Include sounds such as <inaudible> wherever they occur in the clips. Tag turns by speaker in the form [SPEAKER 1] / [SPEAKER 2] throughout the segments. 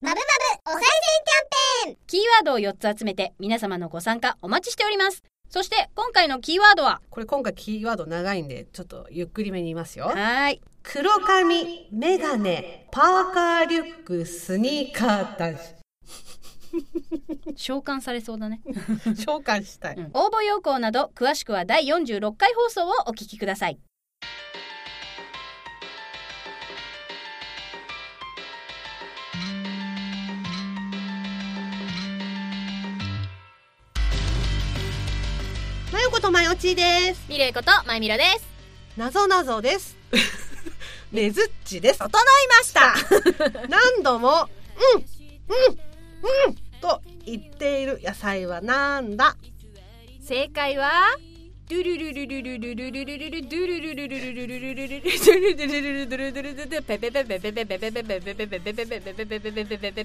[SPEAKER 1] まぶまぶおさい銭キャンペーン
[SPEAKER 2] キーワードを4つ集めて皆様のご参加お待ちしております。そして今回のキーワードは、
[SPEAKER 3] これ今回キーワード長いんで、ちょっとゆっくりめに言いますよ
[SPEAKER 2] は。ーい。
[SPEAKER 3] 黒髪、メガネ、パーカーリュック、スニーカー男
[SPEAKER 2] 召喚されそうだね。
[SPEAKER 3] 子。召喚したい。
[SPEAKER 2] うん応募要項など詳しくは第46回放送をお聞きください。
[SPEAKER 3] まよことまよちです。
[SPEAKER 2] ミレイことまゆみろです。
[SPEAKER 3] なぞなぞ
[SPEAKER 2] <laughs>
[SPEAKER 3] です。ねずっちです。整いました
[SPEAKER 2] <laughs>
[SPEAKER 3] 何度も、うん、うん、うんと言っている野菜はなんだ
[SPEAKER 2] 正解はドゥルルルルルルルルルルルドゥルルルルルルルルルルルドゥルルルルルルルルルルペペペペペペペペペペペペペペペペペペペペペペペペペペペペペペ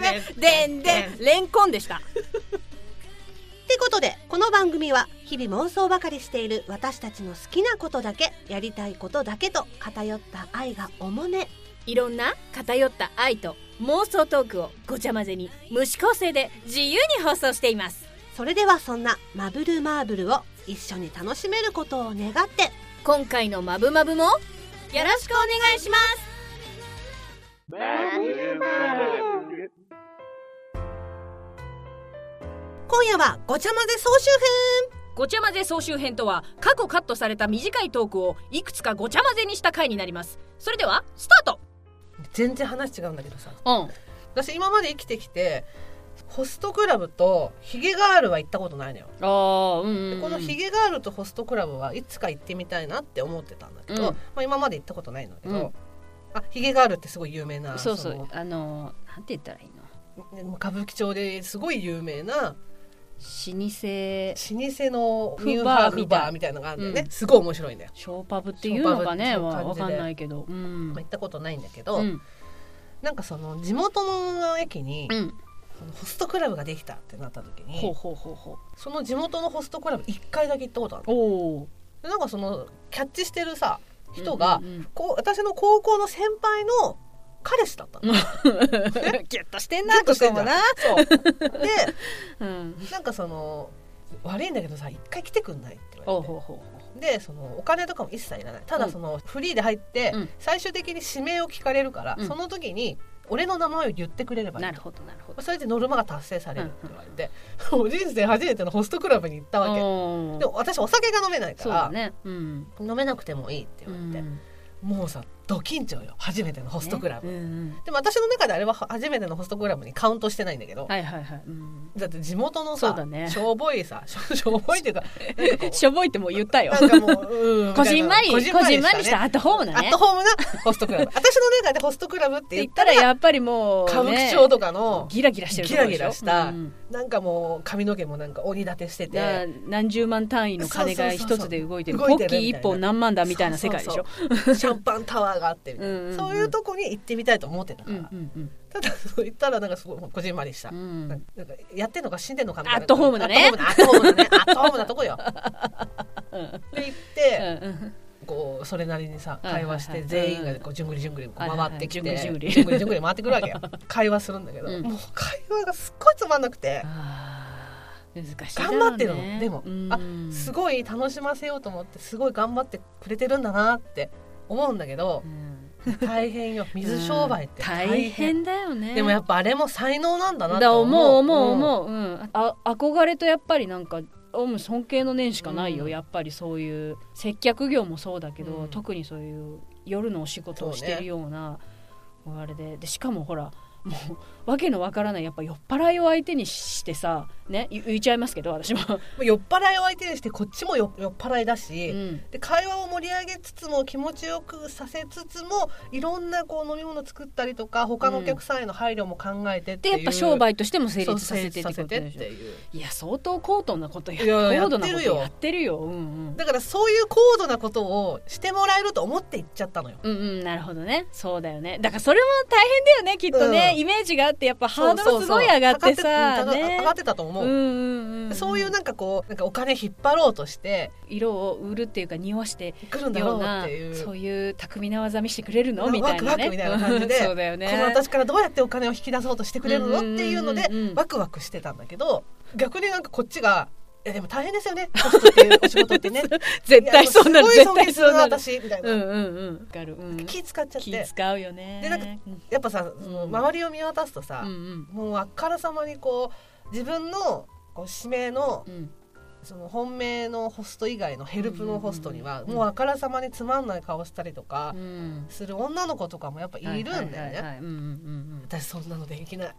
[SPEAKER 2] ペペでんでんレンコンでした
[SPEAKER 3] ってことでこの番組は日々妄想ばかりしている私たちの好きなことだけやりたいことだけと偏った愛がおもね
[SPEAKER 2] いろんな偏った愛と妄想トークをごちゃ混ぜに無視構成で自由に放送しています
[SPEAKER 3] それではそんなマブルマーブルを一緒に楽しめることを願って
[SPEAKER 2] 今回のマブマブもよろしくお願いします
[SPEAKER 3] 今夜はごちゃ混ぜ総集
[SPEAKER 2] ごちゃ混ぜ総集編とは過去カットされた短いトークをいくつかごちゃ混ぜにした回になりますそれではスター
[SPEAKER 3] 編全然話違うんだけどさ
[SPEAKER 2] ト
[SPEAKER 3] 私今まで生きてきてホストクラブとヒゲガールは行ったことないのよ、
[SPEAKER 2] うんああうんうん、
[SPEAKER 3] でこのヒゲガールとホストクラブはいつか行ってみたいなって思ってたんだけど、
[SPEAKER 2] うん
[SPEAKER 3] まあ、今まで行ったことないんだけど、
[SPEAKER 2] うん
[SPEAKER 3] あヒゲガールってすごい有名な
[SPEAKER 2] そうそ
[SPEAKER 3] の
[SPEAKER 2] うあのーなんて言ったらいいの
[SPEAKER 3] 歌舞伎町ですごい有名な
[SPEAKER 2] 老舗
[SPEAKER 3] 老舗のニュ
[SPEAKER 2] フ
[SPEAKER 3] ー
[SPEAKER 2] バ
[SPEAKER 3] ハ
[SPEAKER 2] ー
[SPEAKER 3] ー
[SPEAKER 2] み
[SPEAKER 3] フ
[SPEAKER 2] たい
[SPEAKER 3] バーみたいなのがあるんだよね、
[SPEAKER 2] うん
[SPEAKER 3] すごい面白いんだよ、
[SPEAKER 2] ショーパブっていうのかね
[SPEAKER 3] ショーパ
[SPEAKER 2] わ
[SPEAKER 3] ブ
[SPEAKER 2] わ
[SPEAKER 3] って
[SPEAKER 2] か
[SPEAKER 3] そう感じで
[SPEAKER 2] んないけどうん
[SPEAKER 3] まあ、行ったことないんだけど、
[SPEAKER 2] うん
[SPEAKER 3] なんかその地元の駅に
[SPEAKER 2] うん
[SPEAKER 3] そのホストクラブができたってなった時に、
[SPEAKER 2] ほうほうほうほう
[SPEAKER 3] その地元のホストクラブ1回だけ行ったことあるの
[SPEAKER 2] おお
[SPEAKER 3] でなんかそのキャッチしてるさ人が、
[SPEAKER 2] うんうんうん
[SPEAKER 3] こう私の高校の先輩の彼氏だったの。
[SPEAKER 2] <laughs> ギュッとしてん
[SPEAKER 3] ギュッとしてん
[SPEAKER 2] ここ
[SPEAKER 3] だ
[SPEAKER 2] もな
[SPEAKER 3] そう
[SPEAKER 2] <laughs>
[SPEAKER 3] で
[SPEAKER 2] うん
[SPEAKER 3] なんかその「悪いんだけどさ一回来てくんない?」って言わ
[SPEAKER 2] おう
[SPEAKER 3] れて
[SPEAKER 2] ほうほうほ
[SPEAKER 3] でそのお金とかも一切いらないただその、フリーで入って、
[SPEAKER 2] うん
[SPEAKER 3] 最終的に指名を聞かれるから、
[SPEAKER 2] うん
[SPEAKER 3] その時に俺の名前を言ってくれれ
[SPEAKER 2] う
[SPEAKER 3] ばいい
[SPEAKER 2] なるほどなるほど
[SPEAKER 3] それでノルマが達成されるって言われて、もう人生初めてのホストクラブに行ったわけ、
[SPEAKER 2] おー
[SPEAKER 3] でも私お酒が飲めない
[SPEAKER 2] そ
[SPEAKER 3] か
[SPEAKER 2] うだ
[SPEAKER 3] ら、
[SPEAKER 2] ねうん
[SPEAKER 3] 飲めなくてもいいって
[SPEAKER 2] う
[SPEAKER 3] 言われて、
[SPEAKER 2] ん
[SPEAKER 3] もうさド緊張よ初めてのホストクラブ、
[SPEAKER 2] ねうんうん
[SPEAKER 3] でも私の中であれは初めてのホストクラブにカウントしてないんだけど、
[SPEAKER 2] はいはいはいうん
[SPEAKER 3] だって地元の
[SPEAKER 2] そう
[SPEAKER 3] さ、
[SPEAKER 2] だね
[SPEAKER 3] しょぼいさしょ <laughs> しょぼいっていうかなんかこ
[SPEAKER 2] <laughs>
[SPEAKER 3] う
[SPEAKER 2] しょぼいってもう言ったよ
[SPEAKER 3] なんかもう、うん、
[SPEAKER 2] こじんまりこ
[SPEAKER 3] み
[SPEAKER 2] じ
[SPEAKER 3] たい
[SPEAKER 2] ん
[SPEAKER 3] な
[SPEAKER 2] まりしたアットホーム
[SPEAKER 3] ね
[SPEAKER 2] な
[SPEAKER 3] ア
[SPEAKER 2] ね
[SPEAKER 3] ットホームなホストクラブ私の中でホストクラブって
[SPEAKER 2] 言
[SPEAKER 3] 言
[SPEAKER 2] っ
[SPEAKER 3] った
[SPEAKER 2] たら
[SPEAKER 3] ら
[SPEAKER 2] やっぱりもう、ね、
[SPEAKER 3] 歌舞伎町とかの
[SPEAKER 2] ギラギラしてるとこでしょ
[SPEAKER 3] ギラギラした
[SPEAKER 2] うん
[SPEAKER 3] なんかもう髪の毛もなんか鬼立てして
[SPEAKER 2] だ
[SPEAKER 3] て
[SPEAKER 2] 何十万単位の金が
[SPEAKER 3] そうそう
[SPEAKER 2] 一
[SPEAKER 3] そうそう
[SPEAKER 2] つで動いてる
[SPEAKER 3] 動い
[SPEAKER 2] ポ
[SPEAKER 3] て
[SPEAKER 2] ッ
[SPEAKER 3] る
[SPEAKER 2] キー
[SPEAKER 3] み
[SPEAKER 2] 一
[SPEAKER 3] たいな
[SPEAKER 2] 本何万だみたいな世界でしょ <laughs>
[SPEAKER 3] シャンパンタワーがあってみたい
[SPEAKER 2] う
[SPEAKER 3] な
[SPEAKER 2] んうんうん
[SPEAKER 3] そういうとこに行ってみたいと思ってたか
[SPEAKER 2] う
[SPEAKER 3] ら、
[SPEAKER 2] んうん
[SPEAKER 3] ただそう言ったらなんかすごいこじんまりした、
[SPEAKER 2] うんう
[SPEAKER 3] な
[SPEAKER 2] ん
[SPEAKER 3] んかやってんのか死んでんのかみたいな
[SPEAKER 2] アットホームだね
[SPEAKER 3] アットホームだ
[SPEAKER 2] <laughs>
[SPEAKER 3] ねアットホームなとこよ
[SPEAKER 2] うん
[SPEAKER 3] って言っ
[SPEAKER 2] う
[SPEAKER 3] て、
[SPEAKER 2] んうん
[SPEAKER 3] こうそれなりにさ会話し
[SPEAKER 2] はい
[SPEAKER 3] て
[SPEAKER 2] はいはい
[SPEAKER 3] 全員がこうじゅんぐりじゅんぐりこう回ってきて、
[SPEAKER 2] はいはいじゅんぐりじ
[SPEAKER 3] じ
[SPEAKER 2] ゅ
[SPEAKER 3] ゅ
[SPEAKER 2] ん
[SPEAKER 3] ん
[SPEAKER 2] ぐ
[SPEAKER 3] ぐ
[SPEAKER 2] り
[SPEAKER 3] りじゅんぐり回ってくる
[SPEAKER 2] <laughs>
[SPEAKER 3] わけよ会話するんだけど、
[SPEAKER 2] うん
[SPEAKER 3] もう会話がすっごいつまんなくて
[SPEAKER 2] あー難しいだろうね
[SPEAKER 3] 頑張ってるの、でも、
[SPEAKER 2] うん
[SPEAKER 3] あすごい楽しませようと思ってすごい頑張ってくれてるんだなって思うんだ
[SPEAKER 2] <laughs>
[SPEAKER 3] けど
[SPEAKER 2] うん
[SPEAKER 3] 大変よ水商売って
[SPEAKER 2] 大変だよね
[SPEAKER 3] でもやっぱあれも才能なんだなって
[SPEAKER 2] だ思う思う
[SPEAKER 3] うん
[SPEAKER 2] 思う、うんあ憧れとやっぱりなんかうん尊敬の念しかないよ、
[SPEAKER 3] うん
[SPEAKER 2] やっぱりそういう接客業もそうだけど、
[SPEAKER 3] うん
[SPEAKER 2] 特にそういう夜のお仕事をしてるようなあれででしかもほらもうわけのわからないやっぱ酔っ払いを相手にしてさね言言いちゃいますけど私も、
[SPEAKER 3] もう酔っ払いを相手にしてこっちも酔酔っ払いだし、
[SPEAKER 2] うん
[SPEAKER 3] で会話を盛り上げつつも気持ちよくさせつつもいろんなこう飲み物作ったりとか他のお客さんへの配慮も考えてっ
[SPEAKER 2] で
[SPEAKER 3] ていう、
[SPEAKER 2] やっぱ商売としても成
[SPEAKER 3] そう
[SPEAKER 2] 立させてって
[SPEAKER 3] さ
[SPEAKER 2] こ
[SPEAKER 3] せ
[SPEAKER 2] と
[SPEAKER 3] てっ
[SPEAKER 2] でしょ
[SPEAKER 3] ていう
[SPEAKER 2] いや相当高度なことや
[SPEAKER 3] いや
[SPEAKER 2] 高度なこと
[SPEAKER 3] やってるよ
[SPEAKER 2] やってるよ、うんうん、
[SPEAKER 3] だからそういう高度なことをしてもらえると思って行っちゃったのよ
[SPEAKER 2] うんうんなるほどねそうだよねだからそれも大変だよねきっとね、
[SPEAKER 3] うん
[SPEAKER 2] イメージがあってやっぱハードルすごい上がってさ
[SPEAKER 3] そうそうそう上がってうん上が
[SPEAKER 2] ね
[SPEAKER 3] 上がってたと思
[SPEAKER 2] うん
[SPEAKER 3] う、
[SPEAKER 2] うんうん
[SPEAKER 3] そういうなんかこうなんかお金引っ張ろうとして
[SPEAKER 2] 色を売るっていうか匂わして
[SPEAKER 3] 来るんだ
[SPEAKER 2] よ
[SPEAKER 3] ろ
[SPEAKER 2] う
[SPEAKER 3] うなっ
[SPEAKER 2] な
[SPEAKER 3] ていう
[SPEAKER 2] そういう巧みな技見してくれるの
[SPEAKER 3] うん
[SPEAKER 2] みたいなね
[SPEAKER 3] ワクワクみたいな感じで
[SPEAKER 2] そうだよね
[SPEAKER 3] この私からどうやってお金を引き出そうとしてくれるの
[SPEAKER 2] う
[SPEAKER 3] っ
[SPEAKER 2] んうんうんうん
[SPEAKER 3] ていうのでワクワクしてたんだけど逆になんかこっちが「いやでも大変ですよねホストっていうお仕事ってね」
[SPEAKER 2] <laughs> 絶対そうなる
[SPEAKER 3] いやす
[SPEAKER 2] 絶
[SPEAKER 3] ごい尊
[SPEAKER 2] 対
[SPEAKER 3] 敬す
[SPEAKER 2] そう
[SPEAKER 3] るな
[SPEAKER 2] なる
[SPEAKER 3] 私みたいな、
[SPEAKER 2] うんうんうんわかるうん
[SPEAKER 3] 気使っちゃっ
[SPEAKER 2] 気
[SPEAKER 3] て
[SPEAKER 2] 使うよね
[SPEAKER 3] でなんか
[SPEAKER 2] うん
[SPEAKER 3] やっぱさその
[SPEAKER 2] うん
[SPEAKER 3] 周りを見渡すとさ
[SPEAKER 2] う、ん
[SPEAKER 3] もうあからさまにこう自分のこう指名の
[SPEAKER 2] うんうん
[SPEAKER 3] その本命のホスト以外のヘルプのホストに
[SPEAKER 2] う
[SPEAKER 3] は
[SPEAKER 2] んうんうん
[SPEAKER 3] もうあからさまにつまんない顔したりとか
[SPEAKER 2] うん
[SPEAKER 3] する女の子とかもやっぱいるんだよ
[SPEAKER 2] はいはいはい
[SPEAKER 3] ね。
[SPEAKER 2] はいうんうん
[SPEAKER 3] 私そんなのできない、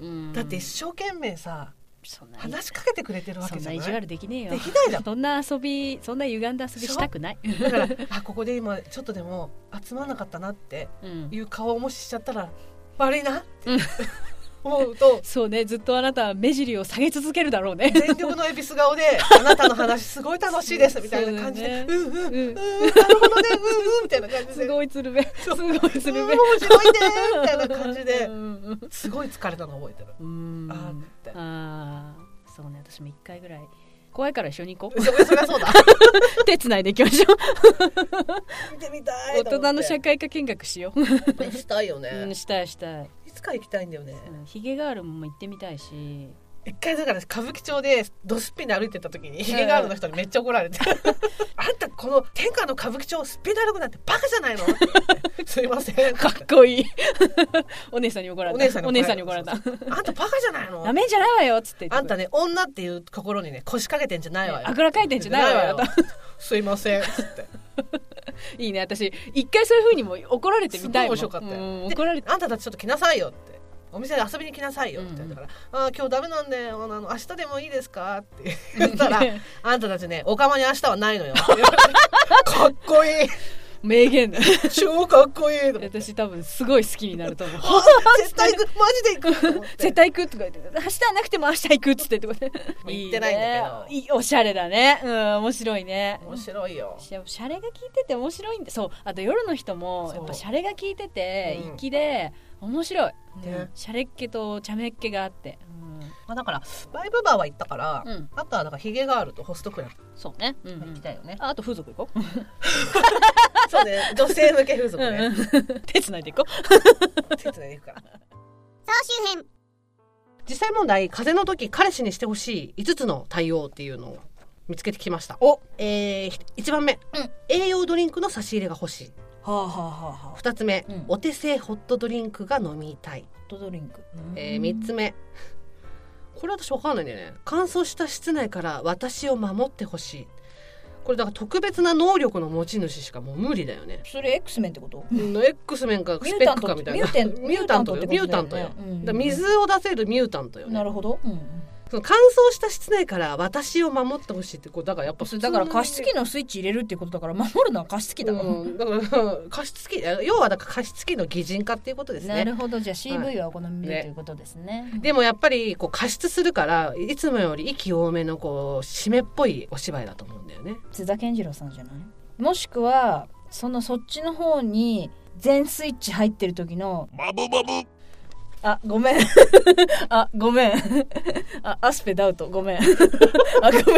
[SPEAKER 2] うんうん
[SPEAKER 3] だって一生懸命さ
[SPEAKER 2] そんな
[SPEAKER 3] 話しかけてくれてるわ
[SPEAKER 2] そ
[SPEAKER 3] け
[SPEAKER 2] ん
[SPEAKER 3] じゃ
[SPEAKER 2] な
[SPEAKER 3] ない
[SPEAKER 2] 意地悪できねえよ
[SPEAKER 3] できないじゃん
[SPEAKER 2] そんな遊びそんな歪んだ遊びしたくない
[SPEAKER 3] だからあここで今ちょっとでも集まんなかったなって
[SPEAKER 2] うん
[SPEAKER 3] いう顔をもししちゃったら悪いなって思うと
[SPEAKER 2] そうねずっとあなたは目尻を下げ続けるだろうね
[SPEAKER 3] 全力の恵比寿顔で「あなたの話すごい楽し
[SPEAKER 2] <laughs>
[SPEAKER 3] いです」みたいな感じで「う
[SPEAKER 2] そ
[SPEAKER 3] んうんうん
[SPEAKER 2] うん
[SPEAKER 3] なるほどねうんうん」みたいな感じ
[SPEAKER 2] す
[SPEAKER 3] で「うん
[SPEAKER 2] ごい鶴瓶すごい鶴瓶
[SPEAKER 3] 面白いね」みたいな感じで
[SPEAKER 2] うん
[SPEAKER 3] すごい疲れたの覚えてる。
[SPEAKER 2] うん
[SPEAKER 3] あー
[SPEAKER 2] あ
[SPEAKER 3] って
[SPEAKER 2] あーそうね私も一回ぐらい怖いから一緒に行こ
[SPEAKER 3] そりゃそりゃそうだ
[SPEAKER 2] う <laughs> 手つないでいきましょう
[SPEAKER 3] 見てみた
[SPEAKER 2] 大
[SPEAKER 3] いと思って
[SPEAKER 2] 人の社会科見学しよう
[SPEAKER 3] したいよ
[SPEAKER 2] う
[SPEAKER 3] ね
[SPEAKER 2] んしたいしたい
[SPEAKER 3] いつか行きたいんだよね
[SPEAKER 2] うんヒゲガールも行ってみたいし
[SPEAKER 3] 一回だから歌舞伎町でドスピンで歩いてた時にヒゲガールの人にめっちゃ
[SPEAKER 2] <laughs>
[SPEAKER 3] 怒られて「あんたこの天下の歌舞伎町をすっぴんで歩くなんてバカじゃないの?」
[SPEAKER 2] <laughs>
[SPEAKER 3] すいません」
[SPEAKER 2] かっこいいお姉さんに怒られた
[SPEAKER 3] お姉さんに怒られた
[SPEAKER 2] に怒られた
[SPEAKER 3] あんたバカじゃないの
[SPEAKER 2] なめんじゃないわよっつって言ってくる
[SPEAKER 3] あんたね女っていう心にね腰掛けてんじゃないわよ。
[SPEAKER 2] あぐらかいてんじゃないわよ
[SPEAKER 3] ないすいませんっつって。
[SPEAKER 2] いいね私一回そういう風にも怒られてみたいもん
[SPEAKER 3] すごい面白かったよ
[SPEAKER 2] うん
[SPEAKER 3] で
[SPEAKER 2] 怒られて
[SPEAKER 3] あんたたちちょっと来なさいよって。お店で遊びに来なさいよって言ったから、あー今日ダメなんだよあの明日でもいいですかって言ったら <laughs> あんたたちねお釜に明日はないのよって言われてかっこいい
[SPEAKER 2] <laughs> 名言だ
[SPEAKER 3] 超かっこいいと思って
[SPEAKER 2] 私多分すごい好きになると思う
[SPEAKER 3] 絶対行くマジで行くと思って
[SPEAKER 2] <laughs> 絶対行くとか言って明日はなくても明日行くっつってってこと
[SPEAKER 3] 言ってないんだけど
[SPEAKER 2] いいねいいおしゃれだねうん面白いね
[SPEAKER 3] 面白いよ
[SPEAKER 2] しおしゃれが効いてて面白いんでそうあと夜の人も
[SPEAKER 3] そう
[SPEAKER 2] やっぱしゃれが効いてて
[SPEAKER 3] うん
[SPEAKER 2] 粋で面白い、
[SPEAKER 3] ね
[SPEAKER 2] うんしゃれっ気と茶目っ気があって
[SPEAKER 3] まあだからライブバーは行ったから、
[SPEAKER 2] うん、うん、
[SPEAKER 3] あとはなんかヒゲガールとホストクラブ
[SPEAKER 2] そうね、うんうん
[SPEAKER 3] 行きたいよね、
[SPEAKER 2] ああと風俗行こう
[SPEAKER 3] そうね女性向け風俗ね
[SPEAKER 2] うんうん <laughs> 手つないでいこ
[SPEAKER 3] 手伝いに行くから
[SPEAKER 4] 総集編
[SPEAKER 3] 実際問題風邪の時彼氏にしてほしい5つの対応っていうのを見つけてきましたおえー、1番目、栄養ドリンクの差し入れが欲しいう
[SPEAKER 2] はあはあはあは
[SPEAKER 3] 2つ目、
[SPEAKER 2] うん
[SPEAKER 3] お手製ホットドリンクが飲みたい、
[SPEAKER 2] ホットドリンク、
[SPEAKER 3] えー、3つ目これ私わかんないんだよね乾燥した室内から私を守ってほしいこれだから特別な能力の持ち主しかもう無理だよね
[SPEAKER 2] それ X メンってこと
[SPEAKER 3] の X 面かスペックかみたいな
[SPEAKER 2] ミュータント
[SPEAKER 3] ミュータントよミ
[SPEAKER 2] ミ
[SPEAKER 3] ュ
[SPEAKER 2] ュ
[SPEAKER 3] ー
[SPEAKER 2] ー
[SPEAKER 3] タ
[SPEAKER 2] タ
[SPEAKER 3] ン
[SPEAKER 2] ントってこと
[SPEAKER 3] トよ
[SPEAKER 2] だよねうん
[SPEAKER 3] だから水を出せるミュータントよね
[SPEAKER 2] なるほど、
[SPEAKER 3] その乾燥した室内から私を守ってほしいってこうだからやっぱ
[SPEAKER 2] それだから加湿器のスイッチ入れるってことだから守るのは加湿器だ、
[SPEAKER 3] うん、だから加湿器要はだから加湿器の擬人化っていうことです
[SPEAKER 2] な
[SPEAKER 3] ね
[SPEAKER 2] るほどじゃあ
[SPEAKER 3] はい
[SPEAKER 2] CV はお好みで
[SPEAKER 3] ね
[SPEAKER 2] ということですね
[SPEAKER 3] でもやっぱりこう加湿するからいつもより息多めのこう湿っぽいお芝居だと思うんだよね
[SPEAKER 2] 津田健次郎さんじゃないもしくはそのそっちの方に全スイッチ入ってる時のあごめん <laughs> あごめんあアスペダウトごめん <laughs> あごめんご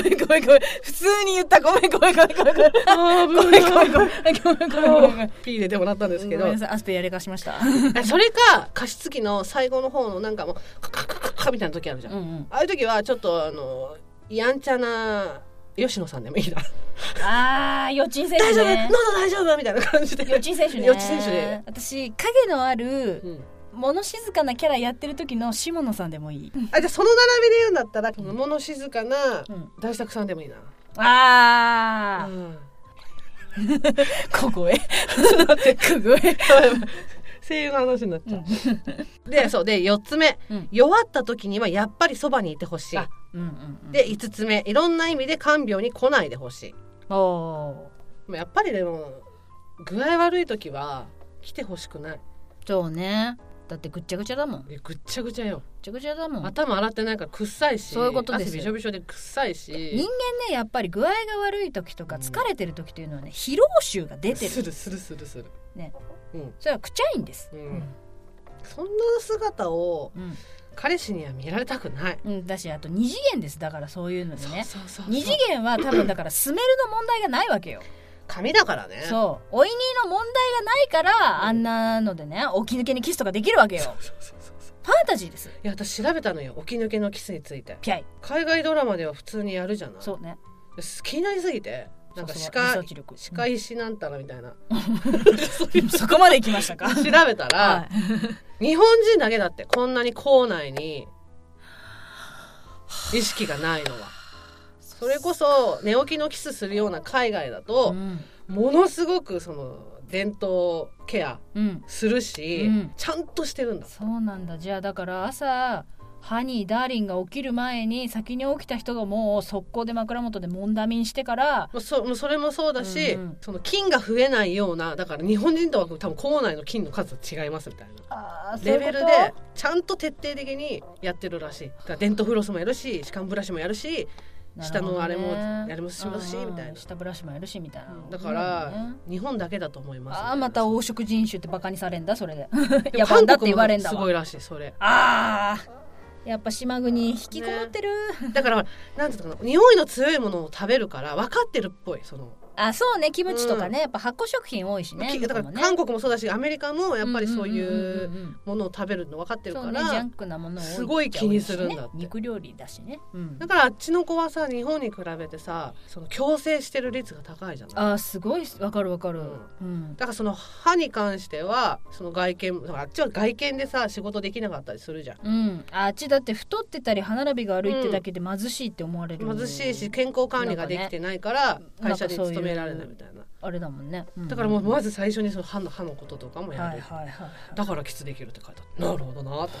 [SPEAKER 2] めんごめんごめん普通に言ったごめんごめんごめんごめんごめん
[SPEAKER 3] ああ
[SPEAKER 2] ごめんごめんごめんごめんごめんごめんごめん
[SPEAKER 3] ピーででもらったんですけ
[SPEAKER 2] ご
[SPEAKER 3] ど
[SPEAKER 2] めんなさいアスペやれかしました
[SPEAKER 3] それか加湿器の最後の方のなんかもうカカカカカみたいな時あるじゃん、
[SPEAKER 2] うんうん
[SPEAKER 3] ああいう時はちょっとあのやんちゃな吉野さんでもいいな
[SPEAKER 2] <laughs> ああ予知選手
[SPEAKER 3] 大丈夫
[SPEAKER 2] ね
[SPEAKER 3] 喉大丈夫みたいな感じで
[SPEAKER 2] 予知選手ね
[SPEAKER 3] 予知選手で
[SPEAKER 2] 私影のある
[SPEAKER 3] うん
[SPEAKER 2] 物静かなキャラやってる時の下野さんでもいい、
[SPEAKER 3] あじゃあその並びで言うんだったら、物静かな
[SPEAKER 2] うん
[SPEAKER 3] 大作さんでもいいな。
[SPEAKER 2] ああ、
[SPEAKER 3] うん
[SPEAKER 2] 小声 <laughs> 小声
[SPEAKER 3] 声優の話になっちゃう。で、そうで四つ目、
[SPEAKER 2] うん
[SPEAKER 3] 弱った時にはやっぱりそばにいてほし
[SPEAKER 2] あ
[SPEAKER 3] い。
[SPEAKER 2] うんうんうん
[SPEAKER 3] で五つ目、いろんな意味で看病に来ないでほしい。
[SPEAKER 2] おお
[SPEAKER 3] まあやっぱりでも具合悪い時は来てほしくない。
[SPEAKER 2] ーそうねだってぐっちゃぐちゃだもんぐっ
[SPEAKER 3] えぐっちゃぐちゃよ。
[SPEAKER 2] ちゃぐちゃだもん人
[SPEAKER 3] 頭洗ってないからくっさいし、
[SPEAKER 2] そういうことです
[SPEAKER 3] 汗びしょびしょでくっさいし。
[SPEAKER 2] 間ねやっぱり具合が悪い時とか疲れてる時というのはね疲労臭が出て
[SPEAKER 3] す
[SPEAKER 2] る
[SPEAKER 3] るするするする。
[SPEAKER 2] ね
[SPEAKER 3] うん
[SPEAKER 2] それはくちゃいんです、
[SPEAKER 3] うん。そんな姿を
[SPEAKER 2] うん、
[SPEAKER 3] 彼氏には見られたくない。
[SPEAKER 2] うん、だしあと二次元ですだからそういうのでね
[SPEAKER 3] そうそうそう
[SPEAKER 2] 二次元は多分だからスメルの問題がないわけよ
[SPEAKER 3] 紙だからね。
[SPEAKER 2] そうおいにの問題がないからあんなのでね起き抜けにキスとかできるわけよ
[SPEAKER 3] そうそうそうそう
[SPEAKER 2] ファンタジーです
[SPEAKER 3] いや私調べたのよ起き抜けのキスについて
[SPEAKER 2] ピャイ
[SPEAKER 3] 海外ドラマでは普通にやるじゃない
[SPEAKER 2] そうね
[SPEAKER 3] 気になりすぎてなんか
[SPEAKER 2] そうそう
[SPEAKER 3] 鹿
[SPEAKER 2] リサーチ力
[SPEAKER 3] 鹿石なんたらみたいな
[SPEAKER 2] うん <laughs> そこまで行きましたか
[SPEAKER 3] 調べた
[SPEAKER 2] は
[SPEAKER 3] ら
[SPEAKER 2] い
[SPEAKER 3] 日本人だけだってこんなに校内に意識がないのはそれこそ寝起きのキスするような海外だと
[SPEAKER 2] うん
[SPEAKER 3] ものすごくその伝統ケア
[SPEAKER 2] うん
[SPEAKER 3] するし
[SPEAKER 2] うん
[SPEAKER 3] ちゃんとしてるんだ
[SPEAKER 2] そうなんだじゃあだから朝ハニーダーリンが起きる前に先に起きた人がもう速攻で枕元でもんだみんしてから
[SPEAKER 3] もうそもうそれもそうだし、
[SPEAKER 2] うんうん
[SPEAKER 3] その菌が増えないようなだから日本人とは多分校内の菌の数は違いますみたいなレベルでちゃんと徹底的にやってるらしいだからデントフロスもやるし歯間ブラシもやるし下のあれもやりますしますしみたいな
[SPEAKER 2] 下ブラシもやるしみたいな
[SPEAKER 3] だから
[SPEAKER 2] そうなんだね
[SPEAKER 3] 日本だけだと思います、
[SPEAKER 2] ああまた黄色人種ってバカにされんだそれで <laughs>
[SPEAKER 3] い
[SPEAKER 2] 野
[SPEAKER 3] や
[SPEAKER 2] 蛮
[SPEAKER 3] 韓
[SPEAKER 2] だって
[SPEAKER 3] 国
[SPEAKER 2] 言われ
[SPEAKER 3] も
[SPEAKER 2] んだ
[SPEAKER 3] す
[SPEAKER 2] わ
[SPEAKER 3] ごいらしいそれ
[SPEAKER 2] ああやっぱ島国引きこもってる、
[SPEAKER 3] だからなんていうのかな匂いの強いものを食べるから分かってるっぽいその、
[SPEAKER 2] あそうねキムチとかね、やっぱ発酵食品多いしね
[SPEAKER 3] きだから
[SPEAKER 2] 向こうもね
[SPEAKER 3] 韓国もそうだしアメリカもやっぱりそうい
[SPEAKER 2] ん
[SPEAKER 3] うん
[SPEAKER 2] んんん
[SPEAKER 3] ものを食べるの分かってる
[SPEAKER 2] そ
[SPEAKER 3] か
[SPEAKER 2] うねジャ
[SPEAKER 3] ら
[SPEAKER 2] ンクなもの多
[SPEAKER 3] すごい気にするんだって
[SPEAKER 2] 多いしね肉料理だしね、うん
[SPEAKER 3] だからあっちの子はさ日本に比べてさその矯正してる率が高いじゃない
[SPEAKER 2] あーすごいわかるわかる、うん
[SPEAKER 3] だからその歯に関してはその外見だからあっちは外見でさ仕事できなかったりするじゃん
[SPEAKER 2] うん、ああっちだって太ってたり歯並びが悪いってだけで貧しいって思われる、
[SPEAKER 3] 貧しいし健康管理ができてないか
[SPEAKER 2] なん
[SPEAKER 3] ら
[SPEAKER 2] かね
[SPEAKER 3] 会社に勤められないみたいな
[SPEAKER 2] あれだもんね、ん
[SPEAKER 3] だからもうまず最初にその歯の歯のこととかもや
[SPEAKER 2] はい
[SPEAKER 3] る
[SPEAKER 2] はいはい
[SPEAKER 3] だからキスできるって書いてあったなるほどなと思って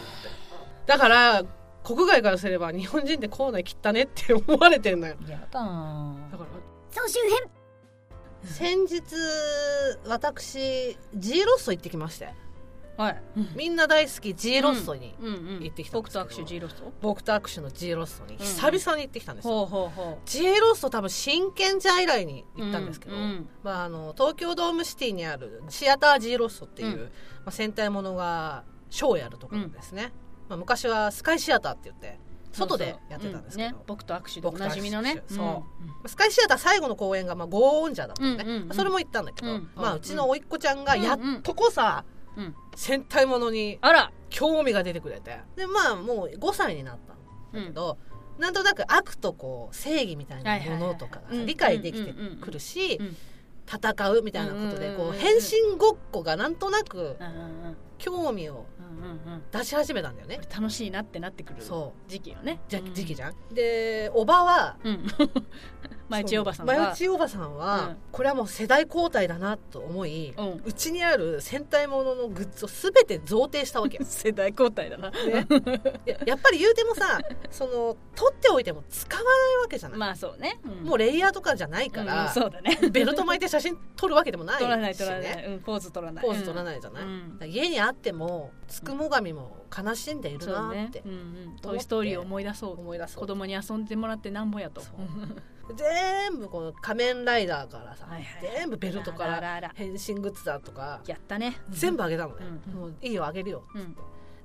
[SPEAKER 3] だから国外からすれば日本人って校内切ったねって思われてんのよ
[SPEAKER 2] やだな
[SPEAKER 3] だから
[SPEAKER 4] 総集編
[SPEAKER 3] 先日私 G ロッソ行ってきまして
[SPEAKER 5] はい
[SPEAKER 3] みんな大好き G ロッソに
[SPEAKER 5] うんうん
[SPEAKER 3] 行ってきたん
[SPEAKER 5] 僕
[SPEAKER 3] ですけ
[SPEAKER 5] と
[SPEAKER 3] ど
[SPEAKER 5] 握手 G ロスト
[SPEAKER 3] 僕と握手の G ロッソに久々に行ってきたんですよ、
[SPEAKER 5] ほうほうほ
[SPEAKER 3] G ロスト多分真剣ちゃん以来に
[SPEAKER 5] う
[SPEAKER 3] 行ったんですけど、
[SPEAKER 5] ううん
[SPEAKER 3] まあ、あの東京ドームシティにあるシアター G ロストっていう、
[SPEAKER 5] うん
[SPEAKER 3] まあ、戦隊ものがショーをやるところですね、まあ、昔はスカイシアターって言って外でやってたんですけど
[SPEAKER 5] そうそううね、僕と握手でおなじみのね
[SPEAKER 3] 僕と握手スカイシアター最後の公演がまあゴーオンジャーだったのね、
[SPEAKER 5] うんうんうん
[SPEAKER 3] まあそれも行ったんだけど、
[SPEAKER 5] うん
[SPEAKER 3] まあ、うちの甥っ子ちゃんが
[SPEAKER 5] うん
[SPEAKER 3] やっとこさ、
[SPEAKER 5] うんうん
[SPEAKER 3] 戦隊ものに
[SPEAKER 5] あら
[SPEAKER 3] 興味が出てくれてでまあもう5歳になったんだ
[SPEAKER 5] う
[SPEAKER 3] け
[SPEAKER 5] ん
[SPEAKER 3] ど、なんとなく悪とこう正義みたいなものとか
[SPEAKER 5] はいはい
[SPEAKER 3] が
[SPEAKER 5] はい
[SPEAKER 3] 理解できてくるし
[SPEAKER 5] うんうんうん
[SPEAKER 3] 戦うみたいなことで
[SPEAKER 5] うんうん
[SPEAKER 3] こ
[SPEAKER 5] うん
[SPEAKER 3] う変身ごっこがなんとなく
[SPEAKER 5] うんうん
[SPEAKER 3] 興味を
[SPEAKER 5] うんうんうん
[SPEAKER 3] 出し始めたんだよね
[SPEAKER 5] これ楽しいなってなってくる
[SPEAKER 3] そう
[SPEAKER 5] 時期よね
[SPEAKER 3] じゃ
[SPEAKER 5] うん
[SPEAKER 3] 時期じゃん。でおばは
[SPEAKER 5] うん <laughs> 前内おばさん
[SPEAKER 3] そう前
[SPEAKER 5] は
[SPEAKER 3] 内おばさんは、
[SPEAKER 5] うん
[SPEAKER 3] これはもう世代交代だなと思い、
[SPEAKER 5] う、
[SPEAKER 3] うんちにある戦隊もののグッズを全て贈呈したわけよ
[SPEAKER 5] <laughs> 世代交代だな
[SPEAKER 3] ね、ややっぱり言うてもさその取っておいても使わないわけじゃない、
[SPEAKER 5] まあそうねうん
[SPEAKER 3] もうレイヤーとかじゃないか
[SPEAKER 5] うん
[SPEAKER 3] ら、
[SPEAKER 5] そう <laughs> だね
[SPEAKER 3] ベルト巻いて写真撮るわけでもないし、ね、
[SPEAKER 5] 取らない取らないうんポーズ取らない
[SPEAKER 3] ポーズ取ら
[SPEAKER 5] い
[SPEAKER 3] ないじゃない、
[SPEAKER 5] うん
[SPEAKER 3] だから家にあってもつくもがみも悲しんでいる
[SPEAKER 5] そうだ
[SPEAKER 3] な
[SPEAKER 5] ね
[SPEAKER 3] って
[SPEAKER 5] うんうんトイストーリーを思い出そう
[SPEAKER 3] 思い出そう
[SPEAKER 5] 子供に遊んでもらってなんぼやと
[SPEAKER 3] そう全部この仮面ライダーからさ、
[SPEAKER 5] はいはい
[SPEAKER 3] 全部ベルトか
[SPEAKER 5] あ
[SPEAKER 3] ら
[SPEAKER 5] らあらあら
[SPEAKER 3] 変身グッズだとか
[SPEAKER 5] やったね
[SPEAKER 3] 全部あげたのね、
[SPEAKER 5] うん
[SPEAKER 3] もういいよあげるよ
[SPEAKER 5] うん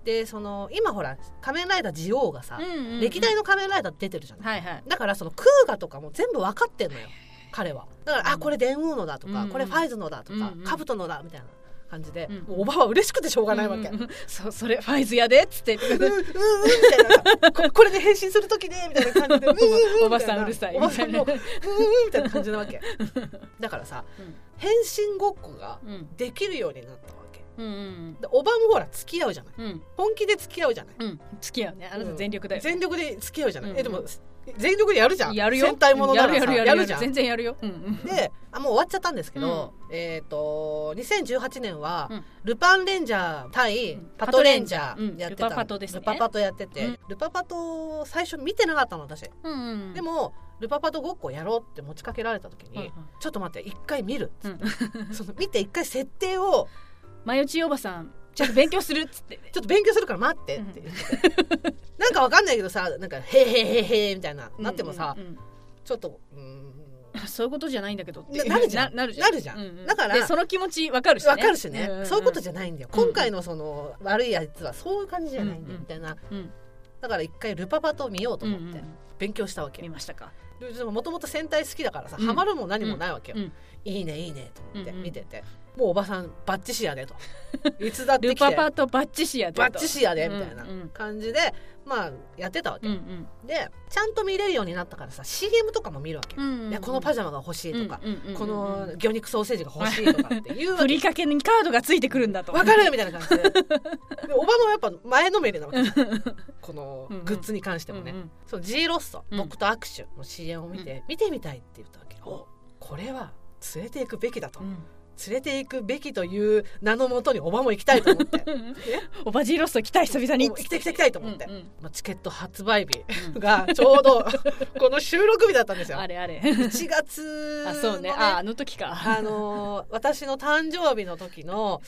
[SPEAKER 3] でその今ほら仮面ライダージオウがさ、
[SPEAKER 5] うんうんうん
[SPEAKER 3] 歴代の仮面ライダー出てるじゃない、
[SPEAKER 5] はいはい
[SPEAKER 3] だからそのクーガとかも全部分かってんのよ彼はだから、あこれ電王のだとか、
[SPEAKER 5] うん
[SPEAKER 3] これファイズのだとか、
[SPEAKER 5] うんうん
[SPEAKER 3] カブトのだみたいな感じで、
[SPEAKER 5] うん
[SPEAKER 3] もうおばは嬉しくてしょうがないわけ、
[SPEAKER 5] うんうんうんそうそれファイズやでっつって
[SPEAKER 3] うんうんうんみたいなこ <laughs> これで変身する時ねみたいな感じでうんうんうん
[SPEAKER 5] <laughs> おばさんうるさい
[SPEAKER 3] おばさんも
[SPEAKER 5] み
[SPEAKER 3] う
[SPEAKER 5] た
[SPEAKER 3] んうんうんみたいな感じなわけだからさ、
[SPEAKER 5] うん
[SPEAKER 3] 変身ごっこが
[SPEAKER 5] うん
[SPEAKER 3] できるようになったわけ
[SPEAKER 5] うんうん
[SPEAKER 3] でおばもほら付き合うじゃない
[SPEAKER 5] うん
[SPEAKER 3] 本気で付き合うじゃない
[SPEAKER 5] うん付き合うねあなた全力だよ
[SPEAKER 3] 全力で付き合うじゃない、
[SPEAKER 5] うんうん
[SPEAKER 3] えでも全力でやるじゃん
[SPEAKER 5] やるよ
[SPEAKER 3] 戦隊ものだ
[SPEAKER 5] や
[SPEAKER 3] か
[SPEAKER 5] る
[SPEAKER 3] ら
[SPEAKER 5] や
[SPEAKER 3] さ
[SPEAKER 5] るやる
[SPEAKER 3] やるじゃん
[SPEAKER 5] 全然やるようんうん
[SPEAKER 3] であもう終わっちゃったんですけど、えっ、と2018年は、
[SPEAKER 5] うん
[SPEAKER 3] ルパンレンジャー対
[SPEAKER 5] うん
[SPEAKER 3] パトレンジャ
[SPEAKER 5] うん
[SPEAKER 3] ーやってた、
[SPEAKER 5] ルパパトですね
[SPEAKER 3] ルパパトやってて、
[SPEAKER 5] うん
[SPEAKER 3] ルパパトを最初見てなかったの私、
[SPEAKER 5] うんうん
[SPEAKER 3] でもルパパトごっこやろうって持ちかけられた時に、
[SPEAKER 5] はいはい
[SPEAKER 3] ちょっと待って一回見るっつって、その見て一回設定を
[SPEAKER 5] 前内おばさんちょっと勉強するっ
[SPEAKER 3] <laughs>
[SPEAKER 5] つって
[SPEAKER 3] ちょっと勉強するから待ってって言ってて、なんかわかんないけどさなんか「へーへーへーへーみたいななってもさ、
[SPEAKER 5] うんうん
[SPEAKER 3] ちょっとうーん
[SPEAKER 2] そういうことじゃないんだけどって
[SPEAKER 3] ななるじゃん
[SPEAKER 2] なるじゃん
[SPEAKER 3] なるじゃんだから
[SPEAKER 2] でその気持ちわかるしね
[SPEAKER 3] わかるしね、そういうことじゃ
[SPEAKER 2] ゃ
[SPEAKER 3] ないんだよ、
[SPEAKER 2] うんうん
[SPEAKER 3] 今回のその悪いやつはそういう感じじゃないんだよみたいな、
[SPEAKER 2] うんうん
[SPEAKER 3] だから一回ルパパと見ようと思って
[SPEAKER 2] うん
[SPEAKER 3] 勉強したわけ
[SPEAKER 2] 見、ましたか
[SPEAKER 3] でもともと戦隊好きだからさ、
[SPEAKER 2] うん
[SPEAKER 3] ハマるも何もないわけよ、
[SPEAKER 2] うんうん
[SPEAKER 3] いいねいいねと思って
[SPEAKER 2] うんうん
[SPEAKER 3] 見てて、もうおばさんバッチシやで
[SPEAKER 2] <laughs>
[SPEAKER 3] といつだって
[SPEAKER 2] ル
[SPEAKER 3] 来て
[SPEAKER 2] パパとバッチシやでと
[SPEAKER 3] バッチシやでみたいな
[SPEAKER 2] うんうん
[SPEAKER 3] 感じで、まあやってたわけ、
[SPEAKER 2] うん
[SPEAKER 3] でちゃんと見れるようになったからさ CM とかも見るわけ、
[SPEAKER 2] うんうんうん
[SPEAKER 3] いやこのパジャマが欲しいとか、
[SPEAKER 2] うんうんうんうん
[SPEAKER 3] この魚肉ソーセージが欲しいとかっていうわ
[SPEAKER 2] ふ
[SPEAKER 3] け
[SPEAKER 2] りかけにカードがついてくるんだと
[SPEAKER 3] わかるみたいな感
[SPEAKER 2] <laughs>
[SPEAKER 3] じででおばもやっぱ前のめりなわけじゃんこのグッズに関してもね、
[SPEAKER 2] うんうん
[SPEAKER 3] その G ロッソ、
[SPEAKER 2] うん
[SPEAKER 3] 僕と握手の CM を見て、見てみたいって言ったわけ、おこれは連れていくべきだと、
[SPEAKER 2] うん
[SPEAKER 3] 連れていくべきという名のもとにおばも行きたいと思って
[SPEAKER 2] <laughs> おばじいロスト来た久々に
[SPEAKER 3] 行きたい行きたい行きたいと思って、
[SPEAKER 2] うんうん
[SPEAKER 3] まあ、チケット発売日がちょうどこの収録日だったんですよ
[SPEAKER 2] あれあれ
[SPEAKER 3] 1月の、
[SPEAKER 2] あそうねああの時か
[SPEAKER 3] あのー私の誕生日の時の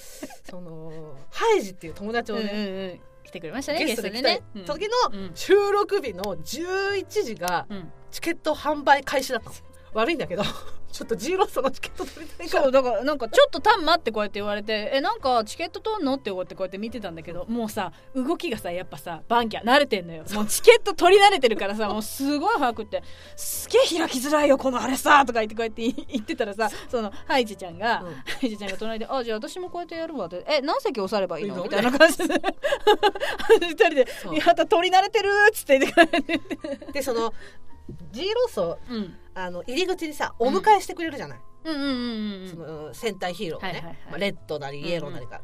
[SPEAKER 3] そのハイジっていう友達
[SPEAKER 2] う
[SPEAKER 3] を
[SPEAKER 2] んうんう
[SPEAKER 3] ね、
[SPEAKER 2] ん来てくれましたね
[SPEAKER 3] ゲ
[SPEAKER 2] ゲ
[SPEAKER 3] ス
[SPEAKER 2] ス
[SPEAKER 3] ト
[SPEAKER 2] ト
[SPEAKER 3] で
[SPEAKER 2] で
[SPEAKER 3] 来た
[SPEAKER 2] ね
[SPEAKER 3] い
[SPEAKER 2] うん
[SPEAKER 3] 時
[SPEAKER 2] う
[SPEAKER 3] の
[SPEAKER 2] ん
[SPEAKER 3] 収録日の11時が
[SPEAKER 2] うん
[SPEAKER 3] チケット販売開始だったの悪いんだけど <laughs> ちょっと G ロストのチケット取りたいから
[SPEAKER 2] そうだからなんかちょっとタン待ってこうやって言われて「えなんかチケット取んの?」ってこうやってこうやって見てたんだけどもうさ動きがさやっぱさバンキャ慣れてんのよもうチケット取り慣れてるからさもうすごい早くって「すげえ開きづらいよこのあれさ」とか言ってこうやってい言ってたらさそのハイジちゃんが、
[SPEAKER 3] うん
[SPEAKER 2] ハイジちゃんが隣で「あじゃあ私もこうやってやるわ」って「え何席押さればいいの?」
[SPEAKER 3] いいの
[SPEAKER 2] みたいな感じで <laughs> 二人で
[SPEAKER 3] そ
[SPEAKER 2] 「
[SPEAKER 3] う
[SPEAKER 2] いやあんた取り慣れてる」っつって言って
[SPEAKER 3] でその G ロスト
[SPEAKER 2] うん
[SPEAKER 3] あの入り口にさお迎えしてくれるじゃない、
[SPEAKER 2] うんうんうんうん
[SPEAKER 3] その戦隊ヒーローがね、
[SPEAKER 2] はいはいはい
[SPEAKER 3] まあ、レッドなりイエローなりが、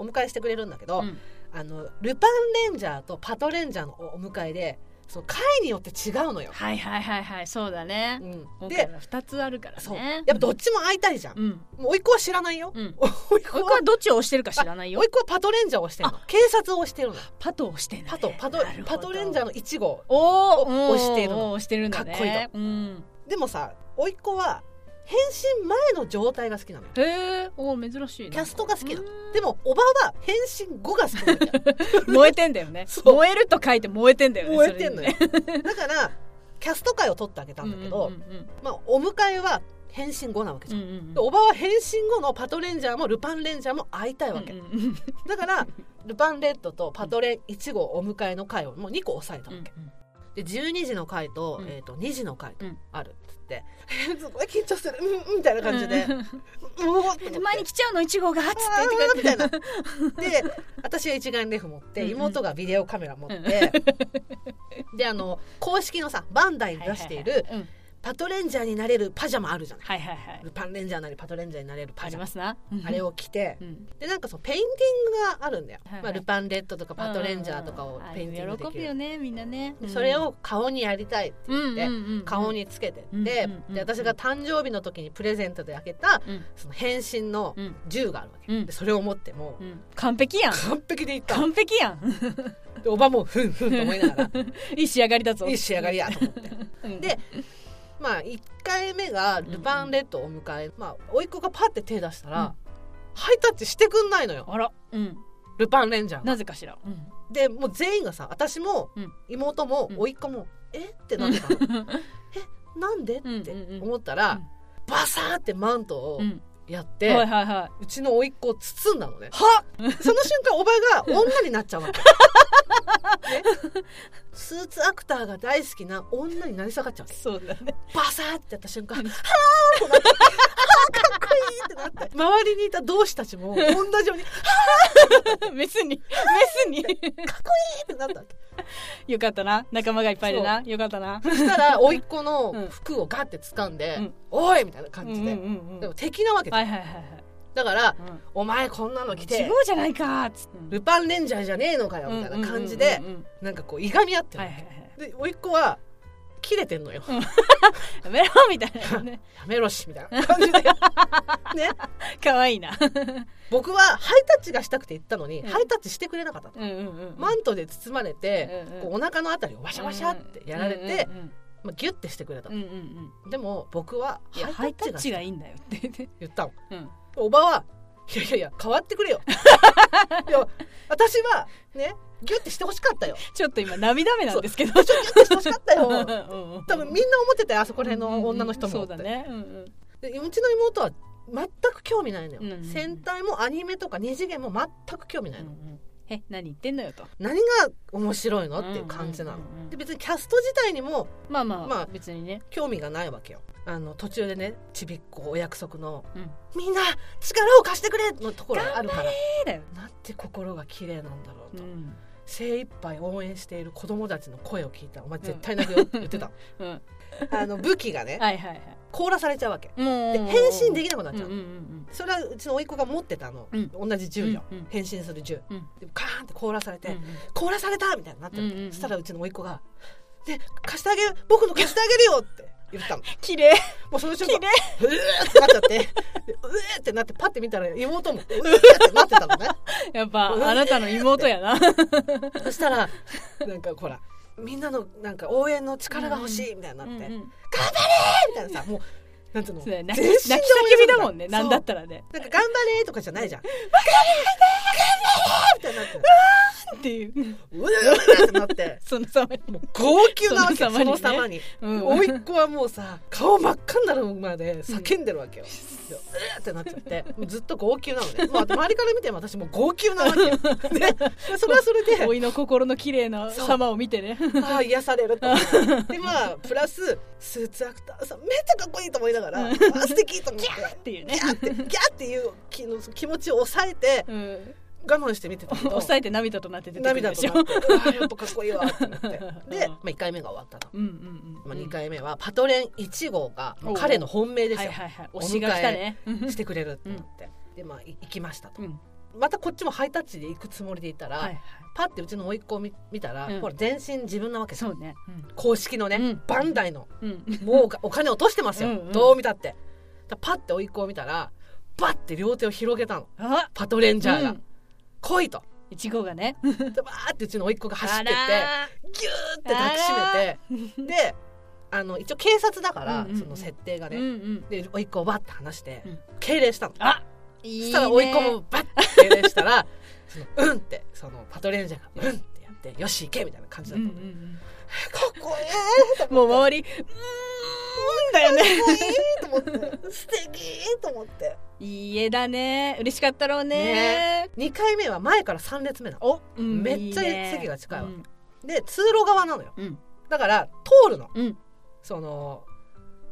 [SPEAKER 3] お迎えしてくれるんだけど、
[SPEAKER 2] うん
[SPEAKER 3] あのルパンレンジャーとパトレンジャーのおお迎えでその回によって違うのよ。
[SPEAKER 2] はいはいはいはいそうだね
[SPEAKER 3] う、ん、
[SPEAKER 2] 今回
[SPEAKER 3] で
[SPEAKER 2] は2つあるからね
[SPEAKER 3] そうやっぱどっちも会いたいじゃん。
[SPEAKER 2] うん
[SPEAKER 3] もう甥っ子は知らないよ。
[SPEAKER 2] うん
[SPEAKER 3] 甥っ子
[SPEAKER 2] 僕
[SPEAKER 3] は
[SPEAKER 2] はどっちを押してるか知らないよ
[SPEAKER 3] 甥っ子はパトレンジャーをしてるの警察を押してるの
[SPEAKER 2] パトを押してんだね
[SPEAKER 3] パトパト
[SPEAKER 2] なるほど
[SPEAKER 3] パトレンジャーの1号
[SPEAKER 2] お
[SPEAKER 3] を押してるの
[SPEAKER 2] 押してるんだね
[SPEAKER 3] かっこいいの
[SPEAKER 2] うん
[SPEAKER 3] でもさ甥っ子は変身前の状態が好きなのよ
[SPEAKER 2] へえおー珍しいね
[SPEAKER 3] キャストが好きな
[SPEAKER 2] う
[SPEAKER 3] のでもおばは変身後が好き
[SPEAKER 2] <laughs>
[SPEAKER 3] なのよ
[SPEAKER 2] 燃えてんだよね
[SPEAKER 3] <laughs> そう
[SPEAKER 2] 燃えると書いて燃えてんだよね
[SPEAKER 3] 燃えてんのよ
[SPEAKER 2] そ
[SPEAKER 3] だからキャスト会を取ってあげた
[SPEAKER 2] れ
[SPEAKER 3] ん
[SPEAKER 2] に
[SPEAKER 3] だ
[SPEAKER 2] ね
[SPEAKER 3] けど、
[SPEAKER 2] うんうん
[SPEAKER 3] まあ、お迎えは変身後なわけじ
[SPEAKER 2] う
[SPEAKER 3] ゃ
[SPEAKER 2] ん
[SPEAKER 3] ん、
[SPEAKER 2] うんうん
[SPEAKER 3] でおばは変身後のパトレンジャーもルパンレンジャーも会いたいわけ、
[SPEAKER 2] うんうんうん
[SPEAKER 3] だからルパンレッドとパトレン1号お迎えの会をもう2個押さえたわけ、で12時の回と,、
[SPEAKER 2] うん
[SPEAKER 3] えー、と2時の回と
[SPEAKER 2] うん
[SPEAKER 3] あるっつって、 <laughs> すごい緊張する、うん、うんみたいな感じで
[SPEAKER 2] うんうん
[SPEAKER 3] 「もう」っ
[SPEAKER 2] うん
[SPEAKER 3] て
[SPEAKER 2] で前に来ちゃうの1号がっつって
[SPEAKER 3] あ
[SPEAKER 2] 言
[SPEAKER 3] ー
[SPEAKER 2] って
[SPEAKER 3] みたいなで私は一眼レフ持って
[SPEAKER 2] うんうん
[SPEAKER 3] 妹がビデオカメラ
[SPEAKER 2] <laughs>
[SPEAKER 3] 持って、であの公式のさバンダイに出している
[SPEAKER 2] うん
[SPEAKER 3] パトレンジャーになれるパジャマあるじゃない、
[SPEAKER 2] はいはいはい
[SPEAKER 3] ルパンレンジャーなりパトレンジャーになれる
[SPEAKER 2] あ
[SPEAKER 3] パ
[SPEAKER 2] り
[SPEAKER 3] ジャ
[SPEAKER 2] ま
[SPEAKER 3] マ
[SPEAKER 2] すな
[SPEAKER 3] あれを着て
[SPEAKER 2] うん
[SPEAKER 3] でなんかそのペインティングがあるんだよ、
[SPEAKER 2] はいはい
[SPEAKER 3] まあ、ルパンレッドとかパトレンジャーとかを
[SPEAKER 2] うんうんうん
[SPEAKER 3] ペインティングで
[SPEAKER 2] あれ
[SPEAKER 3] き
[SPEAKER 2] 喜ぶよ
[SPEAKER 3] る、
[SPEAKER 2] ねみんなねうん
[SPEAKER 3] それを顔にやりたいって言って、
[SPEAKER 2] うんうんうんうん
[SPEAKER 3] 顔につけてって、
[SPEAKER 2] うんうんうん
[SPEAKER 3] で私が誕生日の時にプレゼントで開けた
[SPEAKER 2] うん
[SPEAKER 3] その変身の
[SPEAKER 2] うん
[SPEAKER 3] 銃があるわけ、
[SPEAKER 2] うん
[SPEAKER 3] でそれを持ってもう
[SPEAKER 2] うん完璧やん
[SPEAKER 3] 完璧でいった
[SPEAKER 2] 完璧やん
[SPEAKER 3] でおばもふんふんと思いながら
[SPEAKER 2] いい仕上がりだぞ
[SPEAKER 3] いい仕上がりやと思って
[SPEAKER 2] うん
[SPEAKER 3] でまあ1回目がルパンレッドを迎え、まあ甥っ子がパッて手出したら、
[SPEAKER 2] うん
[SPEAKER 3] ハイタッチしてくんないのよ
[SPEAKER 2] あら、うん、
[SPEAKER 3] ルパンレンジャーが
[SPEAKER 2] なぜかしら。うん
[SPEAKER 3] でもう全員がさ私も
[SPEAKER 2] うん
[SPEAKER 3] 妹も
[SPEAKER 2] うん
[SPEAKER 3] 甥っ子も、えってなってたの、えなんでっ
[SPEAKER 2] うん
[SPEAKER 3] て
[SPEAKER 2] うんうん
[SPEAKER 3] 思ったら、
[SPEAKER 2] うん
[SPEAKER 3] バサーってマントを
[SPEAKER 2] うん、
[SPEAKER 3] やって、
[SPEAKER 2] はいはいは
[SPEAKER 3] うちの甥っ子を包んだのね
[SPEAKER 2] い。は、
[SPEAKER 3] その瞬間おばが女になっちゃうわ
[SPEAKER 2] <laughs>
[SPEAKER 3] け、ね、スーツアクターが大好きな女になり下がっちゃうわけ
[SPEAKER 2] そうだね。
[SPEAKER 3] バサーってやった瞬間はーってなってはーかっこいいって
[SPEAKER 2] <laughs>
[SPEAKER 3] なって周りにいた同志たちも同じようには
[SPEAKER 2] メスに、メスに。
[SPEAKER 3] ーかっこいいってなったわけ
[SPEAKER 2] よかったな、仲間がいっぱいでな、よかったな。
[SPEAKER 3] そしたら甥っ子
[SPEAKER 2] う
[SPEAKER 3] の
[SPEAKER 2] ん
[SPEAKER 3] 服をガッて掴んで「
[SPEAKER 2] うん
[SPEAKER 3] おい!」みたいな
[SPEAKER 2] う
[SPEAKER 3] 感
[SPEAKER 2] んう
[SPEAKER 3] じ
[SPEAKER 2] ん
[SPEAKER 3] で、
[SPEAKER 2] うんう
[SPEAKER 3] で
[SPEAKER 2] ん
[SPEAKER 3] も敵なわけだ,、
[SPEAKER 2] はいはいはいはい。
[SPEAKER 3] だから
[SPEAKER 2] うん
[SPEAKER 3] 「お前こんなの着
[SPEAKER 2] 違
[SPEAKER 3] て
[SPEAKER 2] うじゃないかーっつって。
[SPEAKER 3] ルパンレンジャーじゃねえのかよ」みたいな感じで
[SPEAKER 2] うんうんうんうん
[SPEAKER 3] なんかこういがみ合ってる
[SPEAKER 2] は
[SPEAKER 3] わ
[SPEAKER 2] い
[SPEAKER 3] け、
[SPEAKER 2] はいはい。
[SPEAKER 3] で甥っ子は切れてんのよ、や
[SPEAKER 2] やめろみたいなね。
[SPEAKER 3] めろしみたいな感じでね
[SPEAKER 2] 可愛いな。
[SPEAKER 3] 僕はハイタッチがしたくて言ったのに、
[SPEAKER 2] うん
[SPEAKER 3] ハイタッチしてくれなかったと
[SPEAKER 2] うんうんうん。
[SPEAKER 3] マントで包まれて、
[SPEAKER 2] うんうん
[SPEAKER 3] こうお腹のあたりをワシャワシャってやられて、
[SPEAKER 2] うんうん
[SPEAKER 3] まあ、ギュッてしてくれた
[SPEAKER 2] う
[SPEAKER 3] の、
[SPEAKER 2] んうんうん
[SPEAKER 3] でも僕はい
[SPEAKER 2] やハ
[SPEAKER 3] ハイ
[SPEAKER 2] イ
[SPEAKER 3] タ
[SPEAKER 2] タ
[SPEAKER 3] ッ
[SPEAKER 2] ッ
[SPEAKER 3] チ
[SPEAKER 2] チ
[SPEAKER 3] が
[SPEAKER 2] がいいんだよって言って。
[SPEAKER 3] 言ったの
[SPEAKER 2] うん。 <laughs>
[SPEAKER 3] おばはいやいやいや変わってくれよいや私はねギュッてしてほしかったよ
[SPEAKER 2] ちょっと今涙目なんですけど
[SPEAKER 3] ちょギュッてしてほしかった
[SPEAKER 2] <laughs>
[SPEAKER 3] よ
[SPEAKER 2] うんうん
[SPEAKER 3] 多分みんな思ってたよあそこら辺の女の人も
[SPEAKER 2] そうだね、うんうん
[SPEAKER 3] でうちの妹は全く興味ないのよ、
[SPEAKER 2] うんうんうん
[SPEAKER 3] 戦隊もアニメとか二次元も全く興味ないの、
[SPEAKER 2] え何言ってんのよと
[SPEAKER 3] 何が面白いのっていう感じなの、
[SPEAKER 2] うんうんうん
[SPEAKER 3] で別にキャスト自体にも
[SPEAKER 2] まあまあ、
[SPEAKER 3] まあ
[SPEAKER 2] 別にね
[SPEAKER 3] 興味がないわけよあの途中でねちびっこお約束の
[SPEAKER 2] う
[SPEAKER 3] 「みんな力を貸してくれ!」のところがあるから
[SPEAKER 2] えだよ、
[SPEAKER 3] なんて心が綺麗なんだろ
[SPEAKER 2] う
[SPEAKER 3] うと、
[SPEAKER 2] ん
[SPEAKER 3] 精一杯応援している子供たちの声を聞いたお前絶対泣くよって言ってた、 <laughs>
[SPEAKER 2] うん、はい
[SPEAKER 3] あの武器がね
[SPEAKER 2] はいはい
[SPEAKER 3] 凍らされちゃうわけ
[SPEAKER 2] も
[SPEAKER 3] で変身できなくなっ
[SPEAKER 2] う
[SPEAKER 3] ち
[SPEAKER 2] ん
[SPEAKER 3] ゃ
[SPEAKER 2] うん
[SPEAKER 3] う、
[SPEAKER 2] うん
[SPEAKER 3] それはうちの甥っ子が持ってたあの、
[SPEAKER 2] うん
[SPEAKER 3] 同じ銃よ、
[SPEAKER 2] うんうん
[SPEAKER 3] 変身する銃、
[SPEAKER 2] うん
[SPEAKER 3] でカーンって凍らされて、
[SPEAKER 2] うん
[SPEAKER 3] 凍らされたみたいになってる、
[SPEAKER 2] うんうんうん
[SPEAKER 3] そしたらうちの甥っ子が「ね貸してあげる僕の貸してあげるよ」って言
[SPEAKER 2] <laughs>
[SPEAKER 3] ったの
[SPEAKER 2] 綺麗
[SPEAKER 3] もうその瞬
[SPEAKER 2] 綺
[SPEAKER 3] 間
[SPEAKER 2] 麗
[SPEAKER 3] うーってなっちゃってでうーってなってパッて見たら妹もうーってなってた
[SPEAKER 2] <laughs>
[SPEAKER 3] のね
[SPEAKER 2] やっぱあなたの妹や
[SPEAKER 3] <laughs>
[SPEAKER 2] な
[SPEAKER 3] そしたらなんかほらみんなのなんか応援の力が欲しいみたいになって「
[SPEAKER 2] うんうん
[SPEAKER 3] みたいなさもうなんていうの
[SPEAKER 2] そうだよ
[SPEAKER 3] 全
[SPEAKER 2] 泣
[SPEAKER 3] 身
[SPEAKER 2] き
[SPEAKER 3] で
[SPEAKER 2] 泣き叫びだもんね
[SPEAKER 3] 応援する
[SPEAKER 2] なんだったらね
[SPEAKER 3] なんか頑張れとかじゃないじ
[SPEAKER 2] <laughs>
[SPEAKER 3] ゃん。頑張れ頑張れ
[SPEAKER 2] っていう
[SPEAKER 3] みたいになって、うーってなって、
[SPEAKER 2] その様に
[SPEAKER 3] もう号泣なわけ、
[SPEAKER 2] <laughs> そ
[SPEAKER 3] そ
[SPEAKER 2] の様にね
[SPEAKER 3] の
[SPEAKER 2] う
[SPEAKER 3] 様に。
[SPEAKER 2] ん
[SPEAKER 3] 甥っ子はもうさ、顔真っ赤になるまで叫んでるわ
[SPEAKER 2] <laughs>
[SPEAKER 3] けよ。でうーってなっちゃって、もうずっと号泣なのね。まあ、周りから見ても私もう号泣なわけよ。
[SPEAKER 2] <laughs>
[SPEAKER 3] ね、それはそれで、
[SPEAKER 2] 老いの心の綺麗な様を見
[SPEAKER 3] <laughs>
[SPEAKER 2] てね
[SPEAKER 3] ああ癒され
[SPEAKER 2] <laughs>
[SPEAKER 3] ると思ってでまあプラススーツアクターさんめっちゃかっこいいと思いながら、あ素敵と思ってギャ
[SPEAKER 2] っていうね
[SPEAKER 3] ーってギャーっていう気の気持ちを抑えて
[SPEAKER 2] うん
[SPEAKER 3] 我慢して見てたけど
[SPEAKER 2] <laughs> 抑えて涙となって出てくる
[SPEAKER 3] 涙
[SPEAKER 2] で
[SPEAKER 3] と
[SPEAKER 2] し
[SPEAKER 3] な
[SPEAKER 2] ょ
[SPEAKER 3] ってうわーやっぱかっこいいわってなってで、
[SPEAKER 2] <laughs> うん
[SPEAKER 3] まあ、1回目が終わったの、
[SPEAKER 2] うんうんう
[SPEAKER 3] まあ、
[SPEAKER 2] ん
[SPEAKER 3] 2回目はパトレン1号がもう彼の本命です
[SPEAKER 2] はい
[SPEAKER 3] よ、
[SPEAKER 2] はいはい
[SPEAKER 3] お
[SPEAKER 2] 推
[SPEAKER 3] 迎え
[SPEAKER 2] しが来たね
[SPEAKER 3] <laughs> してくれるってなって、でまあい行きましたと、
[SPEAKER 2] <laughs> うん
[SPEAKER 3] またこっちもハイタッチで行くつもりでいたら、
[SPEAKER 2] はいはい
[SPEAKER 3] パッてうちの甥っ子を見見たら、
[SPEAKER 2] うん
[SPEAKER 3] ほら全身自分なわけです
[SPEAKER 2] そ
[SPEAKER 3] よ
[SPEAKER 2] うね
[SPEAKER 3] 公式のね、
[SPEAKER 2] うん
[SPEAKER 3] バンダイの
[SPEAKER 2] うんうん
[SPEAKER 3] もうがお金落としてますよ
[SPEAKER 2] うんうん
[SPEAKER 3] どう見たってだパッて甥っ子を見たらバッて両手を広げたの
[SPEAKER 2] あ
[SPEAKER 3] パトレンジャーが、
[SPEAKER 2] うん
[SPEAKER 3] 来いと
[SPEAKER 2] いちごがね
[SPEAKER 3] でバーってうちの甥っ子が走ってて
[SPEAKER 2] あ
[SPEAKER 3] ギューって抱きしめてであの一応警察だから、
[SPEAKER 2] うんうんうん
[SPEAKER 3] その設定が
[SPEAKER 2] らー
[SPEAKER 3] ね、
[SPEAKER 2] うんうん
[SPEAKER 3] で甥っ子をバッて離して、
[SPEAKER 2] うん
[SPEAKER 3] 敬礼したの
[SPEAKER 2] あ
[SPEAKER 3] そ
[SPEAKER 2] い
[SPEAKER 3] し
[SPEAKER 2] い
[SPEAKER 3] た
[SPEAKER 2] ね
[SPEAKER 3] ら甥っ子もバッて敬礼したら <laughs> そのうんってそのパトレンジャーがうんってやってよし行けみたいな感じだ
[SPEAKER 2] う
[SPEAKER 3] っ
[SPEAKER 2] ん
[SPEAKER 3] た
[SPEAKER 2] うん
[SPEAKER 3] の、
[SPEAKER 2] うん
[SPEAKER 3] かっこ
[SPEAKER 2] もう周りうーんだよ
[SPEAKER 3] <laughs>
[SPEAKER 2] ね
[SPEAKER 3] いいと思って素敵と思って
[SPEAKER 2] いい絵だね嬉しかったろうね
[SPEAKER 3] ね2回目は前から3列目なの
[SPEAKER 2] お、うん
[SPEAKER 3] めっちゃ
[SPEAKER 2] いいね
[SPEAKER 3] 席が近いわ
[SPEAKER 2] うん
[SPEAKER 3] で通路側なのよ
[SPEAKER 2] うん
[SPEAKER 3] だから通るの
[SPEAKER 2] うん
[SPEAKER 3] その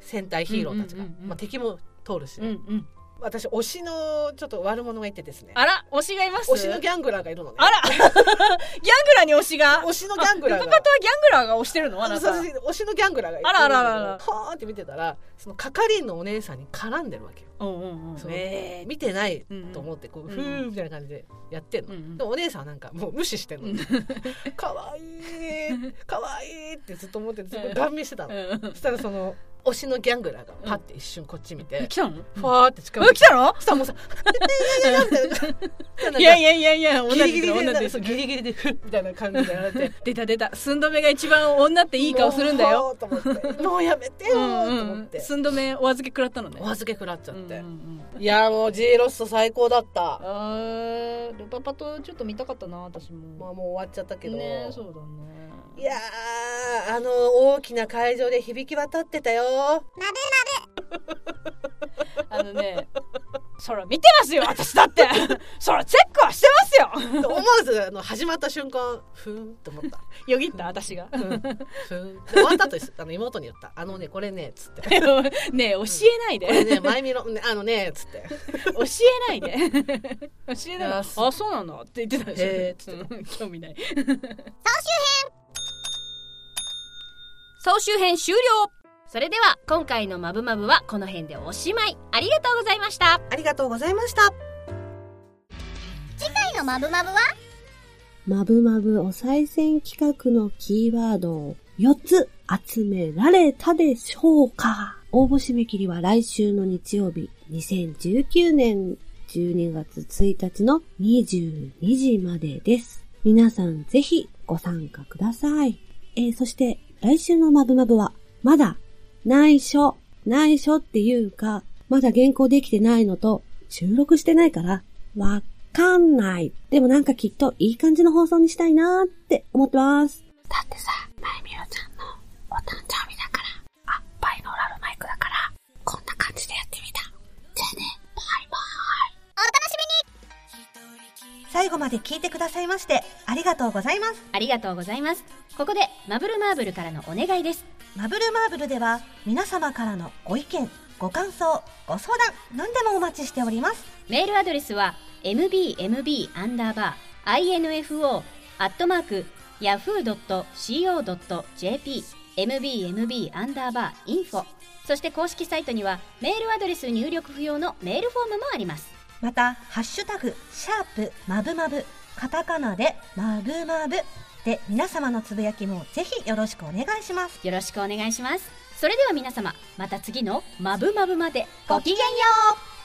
[SPEAKER 3] 戦隊ヒーローたちが、
[SPEAKER 2] うんうんうんうん
[SPEAKER 3] まあ、敵も通るし、
[SPEAKER 2] うんうん
[SPEAKER 3] 私推しのちょっと悪者がいてですね
[SPEAKER 2] あら推しがいます
[SPEAKER 3] 推しのギャングラーがいるのね
[SPEAKER 2] あらギャングラーに推しが
[SPEAKER 3] 推しのギャングラー
[SPEAKER 2] ル
[SPEAKER 3] が
[SPEAKER 2] カカトはギャングラーが推してるのあ
[SPEAKER 3] あ
[SPEAKER 2] な
[SPEAKER 3] の
[SPEAKER 2] た
[SPEAKER 3] そうそう推しのギャングラーがいる
[SPEAKER 2] あらあらあらあら
[SPEAKER 3] はーって見てたらその係員のお姉さんに絡んでるわけよ、
[SPEAKER 2] うんうんうん
[SPEAKER 3] そう
[SPEAKER 2] え
[SPEAKER 3] 見てないと思ってこう、
[SPEAKER 2] うん
[SPEAKER 3] ふーみたいな感じでやってんの、
[SPEAKER 2] うんうん
[SPEAKER 3] でもお姉さんはなんかもう無視してんの、
[SPEAKER 2] うん
[SPEAKER 3] かわいいかわいいってずっと思っててそこ顔見してたの、
[SPEAKER 2] ー
[SPEAKER 3] そしたらその推しのギャングラーがパッて一瞬こっち見て
[SPEAKER 2] え、来たの
[SPEAKER 3] ふわーって近
[SPEAKER 2] え
[SPEAKER 3] づい
[SPEAKER 2] 来
[SPEAKER 3] て
[SPEAKER 2] たの
[SPEAKER 3] そしたらもうさ「いやいやいや」みたいな
[SPEAKER 2] いやい
[SPEAKER 3] や
[SPEAKER 2] やいやいや
[SPEAKER 3] ギ
[SPEAKER 2] 女
[SPEAKER 3] リギリ
[SPEAKER 2] です女
[SPEAKER 3] でな
[SPEAKER 2] で
[SPEAKER 3] んか
[SPEAKER 2] す
[SPEAKER 3] そうギリギリでふっみたいな感じでやられて
[SPEAKER 2] 出た出た寸止めが一番女っていい顔するんだよ
[SPEAKER 3] もうと思ってもうやめてよ
[SPEAKER 2] うん
[SPEAKER 3] ーと
[SPEAKER 2] う
[SPEAKER 3] 思っ
[SPEAKER 2] ん
[SPEAKER 3] て、
[SPEAKER 2] 寸止めお預け食らったのね
[SPEAKER 3] お預け食らっちゃって、
[SPEAKER 2] うんうんうん
[SPEAKER 3] いやーもう G ロスト最高だった
[SPEAKER 2] あールパパとちょっと見たかったな私
[SPEAKER 3] まあ
[SPEAKER 2] も
[SPEAKER 3] もう終わっちゃったけど、
[SPEAKER 2] ねそうだね
[SPEAKER 3] いやーあの大きな会場で響き渡ってたよ
[SPEAKER 2] あのね、そら見てますよ、私だって。そらチェックはしてますよ。
[SPEAKER 3] 思わずあの始まった瞬間ふーんと思
[SPEAKER 2] <laughs>
[SPEAKER 3] った
[SPEAKER 2] よぎった、私が。
[SPEAKER 3] ふーんふーんで終わった後あの妹に言った「あのねこれね」っつって「
[SPEAKER 2] ねえ、教えないで。
[SPEAKER 3] これね前見ろねあのね」っつって
[SPEAKER 2] 教えないで。教えないで。あ、そうなのって言ってたで
[SPEAKER 3] へーっ
[SPEAKER 2] し
[SPEAKER 3] つ
[SPEAKER 2] ょ。うん興味ない。
[SPEAKER 5] 総集編終了それでは今回の「マブマブ」はこの辺でおしまいありがとうございました
[SPEAKER 3] ありがとうございました
[SPEAKER 4] 次回のマブマブは
[SPEAKER 6] まぶまぶお賽銭企画のキーワードを4つ集められたでしょうか応募締め切りは来週の日曜日、2019年12月1日の22時までです。皆さんぜひご参加ください。えーそして来週のまぶまぶはまだ内緒、内緒っていうか、まだ原稿できてないのと収録してないからわかんない。でもなんかきっといい感じの放送にしたいなーって思ってます。だってさ、まゆみおちゃんのお誕生日だから、あ、バイノーラルマイクだから、こんな感じでやってみた。じゃあね、バイバイ。
[SPEAKER 1] 最後まで聞いてくださいましてありがとうございます
[SPEAKER 5] ありがとうございます。ここでマブルマーブルからのお願いです。
[SPEAKER 1] マブルマーブルでは皆様からのご意見ご感想ご相談何でもお待ちしております
[SPEAKER 5] メールアドレスは mbmb アンダーバー info アットマーク yahoo.co.jp mbmb アンダーバー info そして公式サイトにはメールアドレス入力不要のメールフォームもあります。
[SPEAKER 1] また「ハッシュタグシャープマブマブ」カタカナで「マブマブ」で皆様のつぶやきもぜひよろしくお願いします
[SPEAKER 5] よろしくお願いします。それでは皆様、また次のマブマブまでごきげんよう